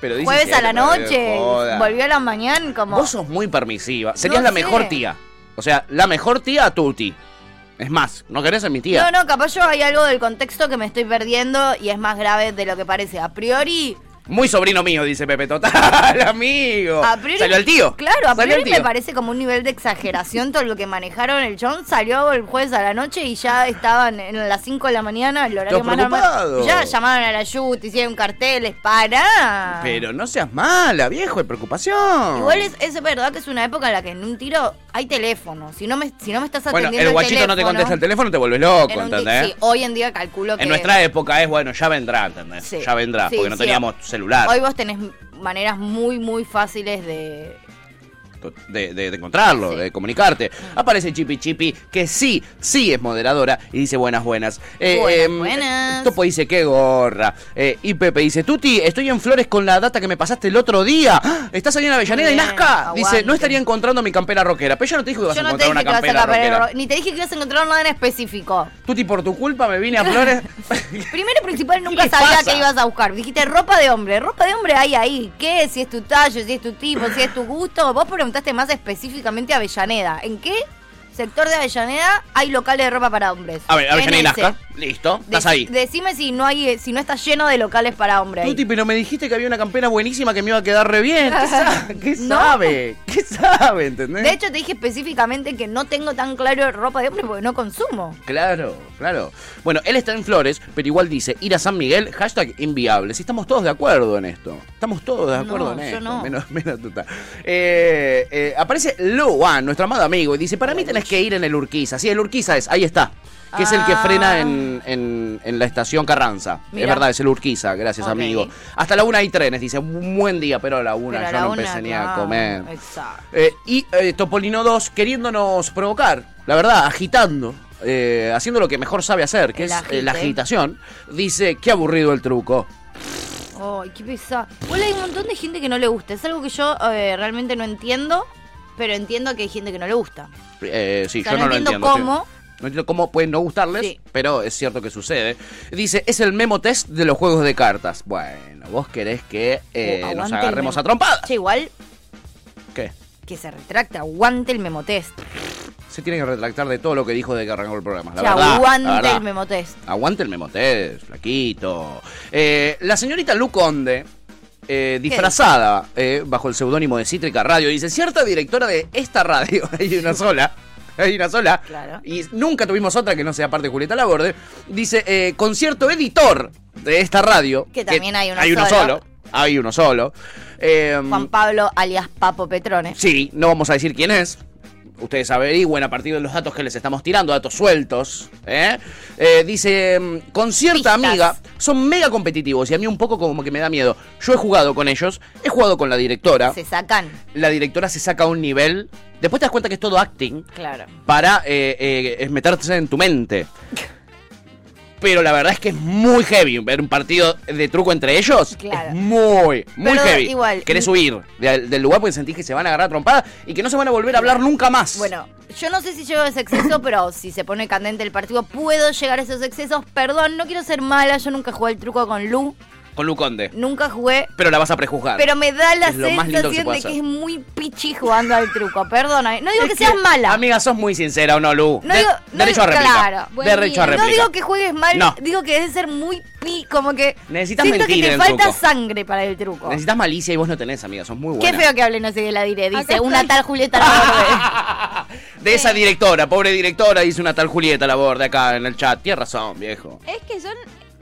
Pero dice Jueves a siempre, la noche, joda. volvió a la mañana, como. Vos sos muy permisiva. Serías No la sé. mejor tía. O sea, la mejor tía a Tuti. Es más, no querés a mi tía. No, no, capaz yo hay algo del contexto que me estoy perdiendo y es más grave de lo que parece. A priori. Muy sobrino mío, dice Pepe. Total, amigo. A priori Oh, Salió el tío. Claro, a Salió el priori me tío. parece como un nivel de exageración todo lo que manejaron. El John salió el jueves a la noche y ya estaban en las 5 de la mañana, el horario Todos más normal. preocupados. Ya llamaron a la YUT, hicieron carteles, para. Pero no seas mala, viejo, hay preocupación. Igual es, es verdad que es una época en la que en un tiro hay teléfono. Si no me, si no me estás bueno, atendiendo el guachito no te contesta el teléfono, te vuelves en loco, un ti- ¿entendés? sí, hoy en día calculo que. En nuestra época es, bueno, ya vendrá, ¿entendés? Sí. Ya vendrá, Sí, porque no sí. teníamos celular. Hoy vos tenés maneras muy, muy fáciles de, de, de- de encontrarlo, de comunicarte. Mm. Aparece Chipi Chipi, que sí, sí es moderadora, y dice buenas, buenas. Eh, em, Buenas, buenas. Topo dice, qué gorra. Eh, y Pepe dice, Tuti, estoy en Flores con la data que me pasaste el otro día. ¡Ah! ¿Estás ahí en Avellaneda y Bien, Nazca? Dice, no aguante. estaría encontrando mi campera rockera. Pero yo no te dije que ibas Yo a no te encontrar una dije que vas a campera acabar el rockera. ro- ni te dije que ibas a encontrar nada en específico. Tuti, por tu culpa me vine a Flores. Primero y principal, nunca les sabía pasa? qué ibas a buscar. Dijiste ropa de hombre. Ropa de hombre hay ahí. ¿Qué? Si es tu tallo, si es tu tipo, si es tu gusto. Vos preguntaste más específicamente a Avellaneda. ¿En qué sector de Avellaneda hay locales de ropa para hombres? A ver, Avellaneda y En ese. Nazca. Listo, estás Dec- ahí. Decime si no hay, si no está lleno de locales para hombres. ahí. Tuti, pero me dijiste que había una campera buenísima que me iba a quedar re bien. ¿Qué, sa- qué No. sabe? ¿Qué sabe? ¿Entendés? De hecho, te dije específicamente que no tengo tan claro ropa de hombre porque no consumo. Claro, claro. Bueno, él está en Flores, pero igual dice ir a San Miguel, hashtag inviable. Si estamos todos de acuerdo en esto. Estamos todos de No, acuerdo en yo esto. no. Menos, menos total. Eh, eh, aparece Luan, nuestro amado amigo, y dice: Para mí tenés que ir en el Urquiza. Sí, el Urquiza es, ahí está. Que es el que Ah. frena en, en- en la estación Carranza. Mira. Es verdad, es el Urquiza, gracias Ok. amigo. Hasta la una hay trenes, dice, un buen día, pero a la una Pero a yo la no una, empecé ni a claro, comer. exacto. Eh, y eh, Topolino 2 queriéndonos provocar, la verdad, agitando, eh, haciendo lo que mejor sabe hacer, que El es eh, agite. la agitación, dice, qué aburrido el truco. Ay, qué pesado. Hola, hay un montón de gente que no le gusta. Es algo que yo eh, realmente no entiendo, pero entiendo que hay gente que no le gusta. Eh, sí, O sea, yo no, no lo entiendo entiendo. cómo. sí. No entiendo cómo pueden no gustarles, Sí. pero es cierto que sucede. Dice, es el memo test de los juegos de cartas. Bueno, vos querés que eh, Oh, aguante nos el agarremos memo- a trompadas. Che, igual ¿Qué? que se retracte, aguante el memotest. Se tiene que retractar de todo lo que dijo de que arrancó el programa. La O sea, verdad, la aguante verdad. el memotest. Aguante el memotés, flaquito. Eh, la señorita Lu Conde, eh, disfrazada eh, bajo el seudónimo de Cítrica Radio, dice, cierta directora de esta radio, hay una sola. Hay una sola. Claro. Y nunca tuvimos otra que no sea parte de Julieta Laborde. Dice, eh, concierto editor de esta radio. Que también hay uno uno solo. solo. Hay uno solo. Eh, Juan Pablo alias Papo Petrone. Sí, no vamos a decir quién es. Ustedes averigüen a partir de los datos que les estamos tirando, datos sueltos. ¿eh? Eh, dice, mm, con cierta Pistas. amiga, son mega competitivos y a mí un poco como que me da miedo. Yo he jugado con ellos, he jugado con la directora. Se sacan. La directora se saca a un nivel. Después te das cuenta que es todo acting Claro. para eh, eh, es meterse en tu mente. Pero la verdad es que es muy heavy ver un partido de truco entre ellos. Claro. Es muy, muy Pero heavy. igual- mm. Querés huir de- del lugar porque sentís que se van a agarrar a trompadas y que no se van a volver a hablar nunca más. Bueno, yo no sé si llego a ese exceso, pero si se pone candente el partido, puedo llegar a esos excesos. Perdón, no quiero ser mala, yo nunca jugué el truco con Lu, Con Luconde. nunca jugué, Pero la vas a prejuzgar. pero me da la Es lo más lindo que se sensación puede de que hacer. es muy pichi jugando al truco. Perdona, ¿eh? no digo Es que seas mala. Amiga, sos muy sincera, ¿o no, Lu? No De- digo, no derecho digo- a réplica. Claro, buen derecho día. a réplica. No digo que juegues mal, No. digo que debes ser muy pi, como que Necesitas siento mentir en que te el falta truco. sangre para el truco. Necesitas malicia y vos no tenés, amiga. Sos muy buena. Qué feo que hable no sé de la dire, dice Acá una estoy. tal Julieta Laborde. De esa directora, pobre directora, dice una tal Julieta Laborde acá en el chat. Tienes razón, viejo. Es que son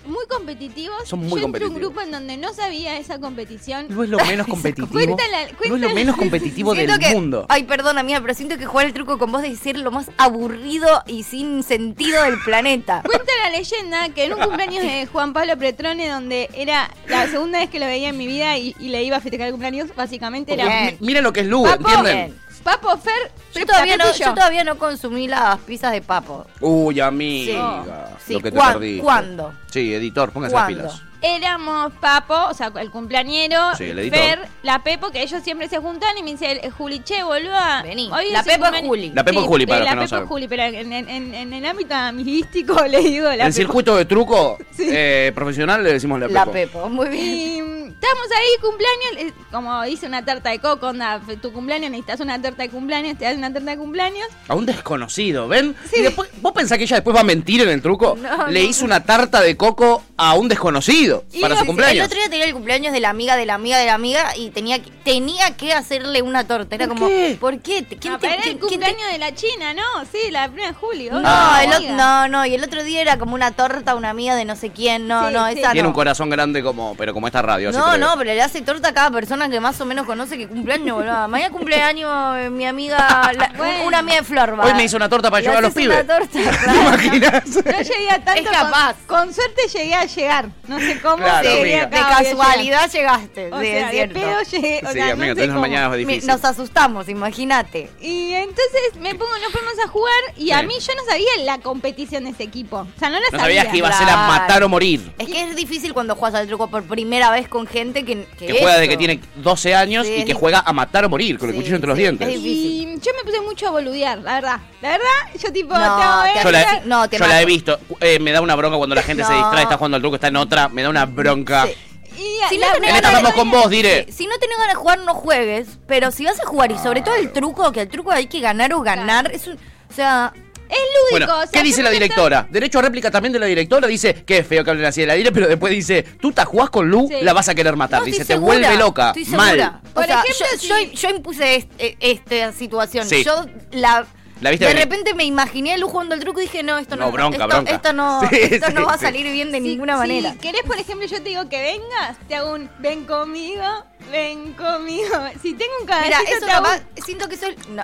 muy competitivos. Son muy Yo entré a un competitivos. grupo en donde no sabía esa competición. No es lo menos competitivo. Cuéntala, No es lo cuéntala. menos competitivo del Siento que, mundo. Ay, perdona, mía, pero siento que jugar el truco con vos debe ser lo más aburrido y sin sentido del planeta. Cuenta la leyenda que en un cumpleaños de Juan Pablo Pretrone, donde era la segunda vez que lo veía en mi vida y, y le iba a festejar el cumpleaños, básicamente era. Bien. Mi- Miren lo que es Lu, Papo, ¿entienden? Papo Fer, Yo todavía, no, Pepito y yo todavía no consumí las pizzas de papo. Uy, amiga. Sí. Lo Sí, que te ¿cuán- perdiste. cuándo? Sí, editor, póngase ¿Cuándo? las pilas. Éramos Papo, o sea, el cumpleañero, Sí, el editor. Fer, la Pepo, que ellos siempre se juntan y me dice, el- Juli, che, boluda. Vení. hoy La es el Pepo es cumpleaños- Juli. La Pepo es Juli, para los La que no Pepo saben. es Juli, pero en, en- en- en el ámbito amiguístico le digo la En Pepo. circuito de truco eh, profesional le decimos la, La Pepo. Pepo, muy bien. Y mm, estamos ahí, cumpleaños, eh, como dice una tarta de coco, onda, f- tu cumpleaños, necesitas una tarta de cumpleaños, te dan una tarta de cumpleaños. A un desconocido, ¿ven? Y después, ¿Vos pensás que ella después va a mentir en el truco? No, le no. hizo una tarta de coco a un desconocido Y para lo- su el El cumpleaños. otro día tenía el cumpleaños de la amiga de la amiga de la amiga y tenía que, tenía que hacerle una torta. Era ¿Por como, qué? ¿por qué? ¿Te- ¿Quién No, te, pero era quién- el quién te- cumpleaños de la China, ¿no? Sí, la primera de julio. No, obvio, el amiga. otro, no, no, y el otro día era como una torta, una amiga de no sé quién, no, Sí, no, sí. esa Tiene no. un corazón grande como, pero como esta radio, No, creo. no, pero le hace torta a cada persona que más o menos conoce que cumpleaños, boludo. Mañana cumpleaños eh, mi amiga, la- Bueno. una amiga de Flor. va. Hoy me hizo una torta para Le llevar a los haces una pibes. torta, ¿Te claro. imaginas? No llegué a tanto. Es capaz. Con, con suerte llegué a llegar. No sé cómo. Claro, llegué amiga. acá, de voy a casualidad llegaste. llegar. O sí, sea, es de cierto. pedo llegué. O Sí, sea, no amigo, sé tenés cómo. mañana Mi- difícil. Nos asustamos, imagínate. Y entonces me pongo, nos fuimos a jugar y a Sí. mí yo no sabía la competición de ese equipo. O sea, no la No sabía. sabías que iba a ser a Claro. matar o morir. Es que es difícil cuando juegas al truco por primera vez con gente que. Que juega desde eso. que tiene 12 años Sí, y es que difícil. juega a matar o morir con el Sí, cuchillo entre los sí, dientes. es Y yo me puse mucho a boludear, la verdad. La verdad, yo tipo, No, tengo, eh, te Yo la, No, te yo la mato. he visto. Eh, me da una bronca cuando la gente se No. distrae, está jugando al truco, está en otra. Me da una bronca. Sí. y Si la no tenés En esta ganas de- estamos con vos, diré. Sí, Si no tenés ganas de jugar, no juegues. Pero si vas a jugar, y sobre todo el truco, que el truco hay que ganar o ganar, es un. O sea, Es lúdico. Bueno, o sea, ¿qué dice yo la me meto- directora? Derecho a réplica también de la directora. Dice que es feo que hablen así del aire, pero después dice: Tú te jugás con Lu, Sí. la vas a querer matar. no, dice: estoy Te segura, vuelve loca. Estoy Mal. segura. O Por sea, ejemplo, yo, si- yo- yo impuse este- esta situación. Sí. Yo la. La viste de venir. repente me imaginé a Lu jugando el truco y dije, no, esto no, No, bronca, esto, bronca. esto no, Sí, esto sí, no va a sí. salir bien de Si- ninguna manera. Si querés, por ejemplo, yo te digo que vengas, te hago un ven conmigo, ven conmigo. Si tengo un Mira, caballito, eso te hago capaz, un- siento que soy. No.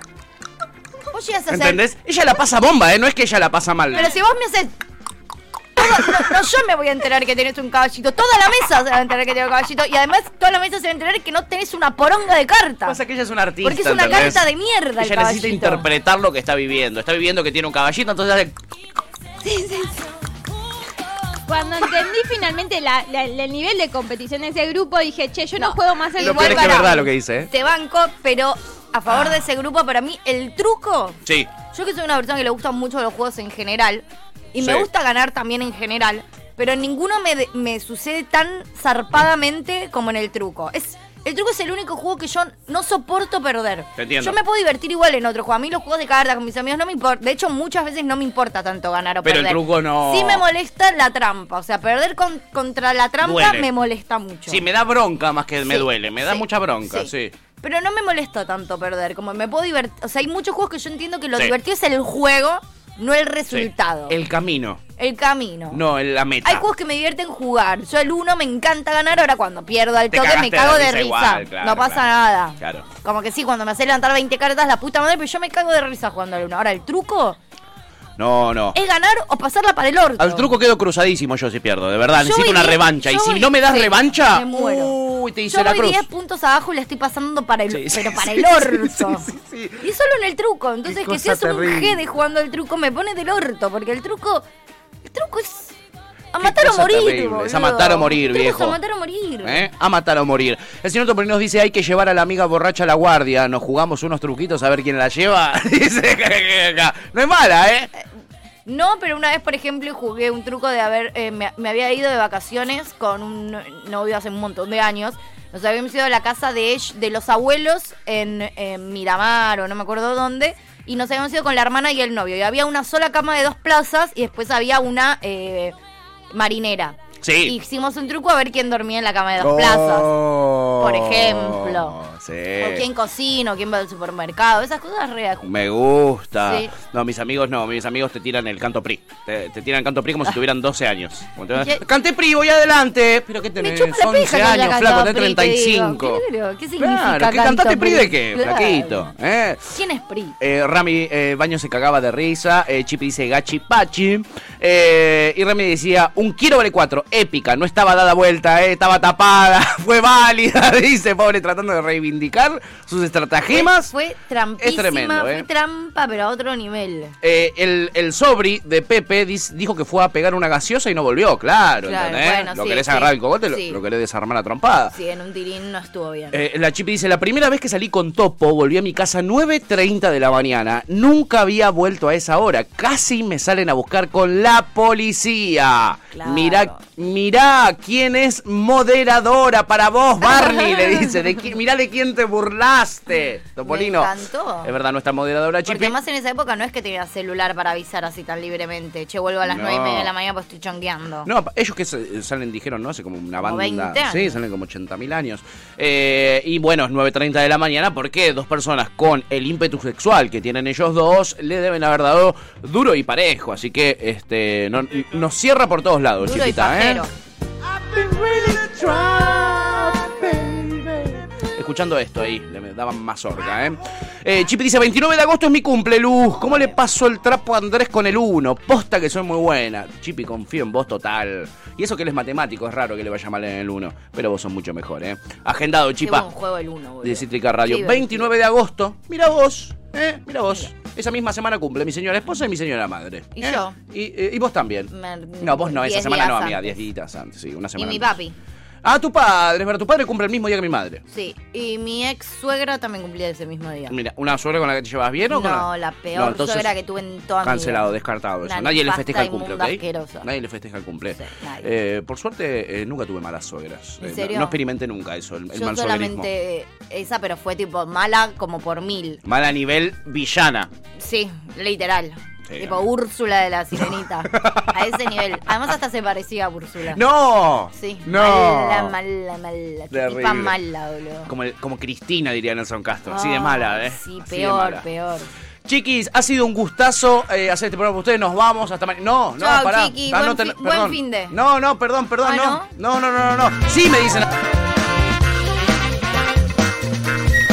Vos llegas a hacer. ¿Entendés? Ella la pasa bomba, ¿eh? No es que ella la pasa mal. Pero si vos me haces. Todo- no, no, yo me voy a enterar que tenés un caballito. Toda la mesa se va a enterar que tengo un caballito. Y además, toda la mesa se va a enterar que no tenés una poronga de carta. Pasa que ella es una artista. Porque es una ¿entendés? carta de mierda el Ella necesita caballito. interpretar lo que está viviendo. Está viviendo que tiene un caballito, entonces hace. Cuando entendí finalmente la- la- la- el nivel de competición de ese grupo, dije, che, yo no, juego más al Lo igual peor es que es para- verdad lo que dice, ¿eh? Ah. Te banco, pero a favor de ese grupo, para mí, el truco. Sí. Yo que soy una persona que le gustan mucho los juegos en general. Y me Sí. gusta ganar también en general. Pero ninguno me, de- me sucede tan zarpadamente como en el truco. Es. El truco es el único juego que yo no soporto perder. Te entiendo. Yo me puedo divertir igual en otro juego. A mí los juegos de cartas con mis amigos no me importa. De hecho, muchas veces no me importa tanto ganar o Pero el perder. truco no. Sí me molesta la trampa. O sea, perder con- contra la trampa Duele. me molesta mucho. Sí, me da bronca más que me Sí, duele. Me da sí, mucha bronca, sí. Pero no me molesta tanto perder, como me puedo divertir. O sea, hay muchos juegos que yo entiendo que lo Sí. divertido es el juego, no el Sí. resultado. El, El camino. camino. No, el- la meta. Hay juegos que me divierten jugar. Yo el uno me encanta ganar, ahora cuando pierdo al Te toque cagaste me de cago de risa risa. igual, claro, no pasa claro. nada. Claro. Como que sí, cuando me hace levantar 20 cartas, la puta madre, pero yo me cago de risa jugando al uno. Ahora, el truco No, no. es ganar o pasarla para el orto. Al truco quedo cruzadísimo yo si pierdo, de verdad. Yo Necesito voy una diez- revancha. Y yo si voy- no me das sí, revancha. me muero. Uy, te hice Yo la voy cruz. 10 puntos abajo y la estoy pasando para el, Sí, sí, pero para sí, el orto. sí, sí, sí. Y solo en el truco. Entonces, Qué que cosa seas un terrible. G de jugando el truco me pone del orto. Porque el truco. El truco es. A Qué matar o cosa morir. terrible. Es a boludo. matar o morir, El truco es viejo. a matar o morir. ¿Eh? A matar o morir. El señor Topolino nos dice, hay que llevar a la amiga borracha a la guardia. Nos jugamos unos truquitos a ver quién la lleva. Dice, no es mala, ¿eh? No, pero una vez, por ejemplo, jugué un truco de haber. eh, me, me había ido de vacaciones con un novio hace un montón de años. Nos habíamos ido a la casa de, ell- de los abuelos en, en Miramar o no me acuerdo dónde. Y nos habíamos ido con la hermana y el novio. Y había una sola cama de dos plazas y después había una eh, marinera. Sí. Oh. Hicimos un truco a ver quién dormía en la cama de dos plazas. Por ejemplo. O quién Sí. cocina, o quién va al supermercado. Esas cosas reales. Me gusta. Sí. No, mis amigos no. Mis amigos te tiran el canto PRI. Te, te tiran el canto PRI como si tuvieran 12 años. Como te- ¿Qué? Canté PRI, voy adelante. Pero ¿qué tenés? Me chupa la 11 pija que años, haya flaco, cantado tenés PRI, te digo. 35. Claro, ¿qué significa Claro, ¿qué canto cantaste PRI de PRI? qué, Claro. flaquito? ¿Eh? ¿Quién es PRI? Eh, Rami eh, Baño se cagaba de risa. eh, Chipi dice gachi pachi. eh, y Rami decía: Un quiero vale 4, épica. No estaba dada vuelta, eh, estaba tapada. Fue válida, dice pobre, tratando de reivindicar sus estratagemas. Fue trampísima, Es tremendo, ¿eh? fue trampa, pero a otro nivel. Eh, el, el sobri de Pepe dis- dijo que fue a pegar una gaseosa y no volvió, claro. Claro, ¿entendés? bueno, lo sí, querés sí. agarrar el cogote, lo- Sí. lo, querés desarmar a trompada. Sí, en un tirín no estuvo bien. Eh, la Chipi dice, la primera vez que salí con Topo, volví a mi casa 9.30 de la mañana. Nunca había vuelto a esa hora. Casi me salen a buscar con la policía. Claro. Mirá, mirá quién es moderadora para vos, Barney, le dice. De qui- mirá de quién te burlaste, Topolino. encantó. Es verdad, nuestra moderadora Chipi. Porque además en esa época no es que tenías celular para avisar así tan libremente. Che, vuelvo a las No. nueve y media de la mañana porque estoy chongueando. No, ellos que se- salen, dijeron, ¿no? Hace como una Como banda. 20 años. Sí, salen como 80.000 años. Eh, y bueno, es 9.30 de la mañana porque dos personas con el ímpetu sexual que tienen ellos dos le deben haber dado duro y parejo. Así que este no- nos cierra por todos lados, ¿eh? Duro y chiquita, ¿eh? pajero. I've been really trying escuchando esto ahí. Le daban más horca, ¿eh? Eh, Chipi dice: 29 de agosto es mi cumple, Luz. ¿Cómo le paso el trapo a Andrés con el 1? Posta que soy muy buena. Chipi, confío en vos total. Y eso que él es matemático, es raro que le vaya mal en el 1. Pero vos sos mucho mejor, ¿eh? Agendado, Qué Chipa. buen juego el uno, boludo. de Cítrica Radio. Qué divertido. 29 de agosto. Mira vos, ¿eh? Mira vos. Esa misma semana cumple mi señora esposa y mi señora madre. Y ¿eh? yo. Y, eh, y vos también. Me- No, vos no, esa diez semana no, días amiga, antes. 10 días antes, sí, una Y semana mi antes. papi. Ah, tu padre, es verdad, tu padre cumple el mismo día que mi madre. Sí. Y mi ex suegra también cumplía ese mismo día. Mira, ¿una suegra con la que te llevas bien o con No, la peor suegra que tuve en toda mi Cancelado, vida. descartado eso. Una Nadie le nefasta, festeja el cumple, ¿ok? inmunda, asquerosa. Nadie le festeja el cumple. Sí, nadie. Eh, por suerte, eh, nunca tuve malas suegras. ¿En Eh, no- serio? No, experimenté nunca eso, el, el Yo mal solamente... solamente eh, esa, pero fue tipo mala como por mil. Mal a nivel villana. Sí, literal. Sí, tipo amigo. Úrsula de la Sirenita. a ese nivel. Además hasta se parecía a Úrsula. ¡No! Sí. ¡No! Mala, mala, mala. Qué Terrible. tipa mala, boludo. Como, el- como Cristina, diría Nelson Castro. Así Ah, de mala, ¿eh? Sí, Así de peor, mala. peor. Chiquis, ha sido un gustazo eh, hacer este programa con ustedes. Nos vamos hasta mañana. No, no, Chao, pará. chiqui, Ah, no buen te- fin- perdón. buen fin de. No, no, perdón, perdón, Ah, no. No, no, no, no, no. Sí me dicen.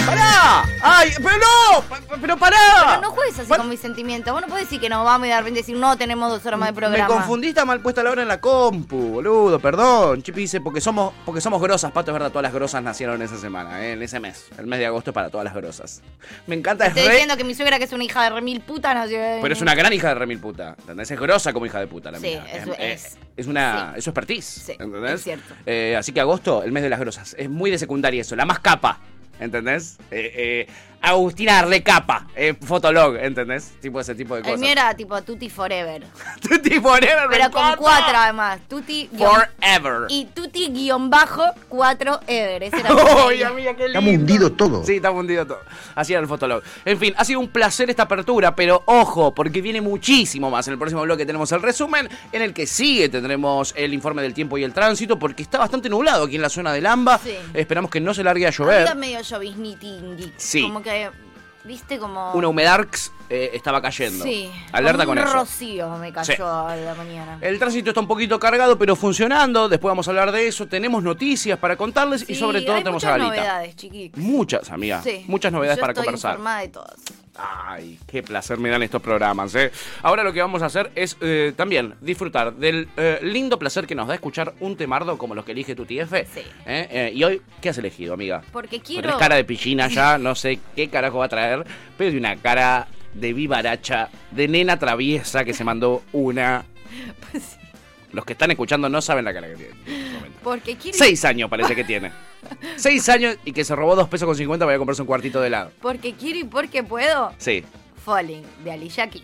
¡Pará! ¡Ay, pero no! pa- pa- ¡Pero pará! Pero no juegues así Pa- con mis sentimientos. Vos no podés decir que nos vamos y de repente decir, no, tenemos dos horas más de programa. Me confundiste a mal puesta la hora en la compu, boludo, perdón. Chipi dice, porque somos, porque somos grosas, Pato, es verdad, todas las grosas nacieron esa semana, eh, en ese mes. El mes de agosto es para todas las grosas. Me encanta, es Estoy re- diciendo que mi suegra, que es una hija de remil puta, no Pero es una gran hija de remil puta, ¿entendés? Es grosa como hija de puta la Sí, mina. eso es, es. es una... Sí. Eso es pertiz, Sí, ¿entendés? es cierto. Eh, así que agosto, el mes de las grosas. Es muy de secundaria eso, la más capa, ¿entendés? Eh, eh, Agustina Recapa, eh, Fotolog, ¿entendés? Tipo ese tipo de El cosas. mío era tipo Tutti Forever. tipo, never Pero con recopa. cuatro además. Tutti guión- Forever. Y Tutti guión bajo cuatro ever. Ese era mi ¡Ay, medio. amiga, qué Estamos lindo! hundidos todos. Sí, estamos hundidos todos. Así era el Fotolog. En fin, ha sido un placer esta apertura, pero ojo, porque viene muchísimo más. En el próximo bloque tenemos el resumen, en el que sigue tendremos el informe del tiempo y el tránsito, porque está bastante nublado aquí en la zona del AMBA. Sí. Esperamos que no se largue a llover. Anda medio lloviznitingui. Sí. Como que, viste, como... Una humedarx eh, estaba cayendo. Sí. Alerta Como con un eso. rocío me cayó Sí. Eh, a la mañana. El tránsito está un poquito cargado, pero funcionando. Después vamos a hablar de eso. Tenemos noticias para contarles y Sí, sobre todo hay tenemos muchas a Galita. novedades, chiqui. Muchas, amiga. Sí. Muchas novedades Yo para estoy conversar. informada de todas. Ay, qué placer me dan estos programas, ¿eh? Ahora lo que vamos a hacer es eh, también disfrutar del eh, lindo placer que nos da escuchar un temardo como los que elige tu TF. Sí. ¿Eh? Eh, y hoy, ¿qué has elegido, amiga? Porque Tenés quiero- cara de pichina ya, no sé qué carajo va a traer, pero de una cara de vivaracha, de nena traviesa que se mandó una. Los que están escuchando no saben la cara que tiene. en este momento. Porque quiero... Seis años parece que tiene. Seis años y que se robó dos pesos con cincuenta para ir a comprarse un cuartito de helado. Porque quiero y porque puedo. Sí. Falling, de Alicia Keys.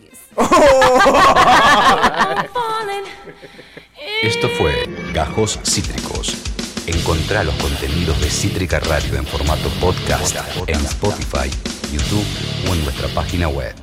Esto fue Gajos Cítricos. Encontrá los contenidos de Cítrica Radio en formato podcast en Spotify, YouTube o en nuestra página web.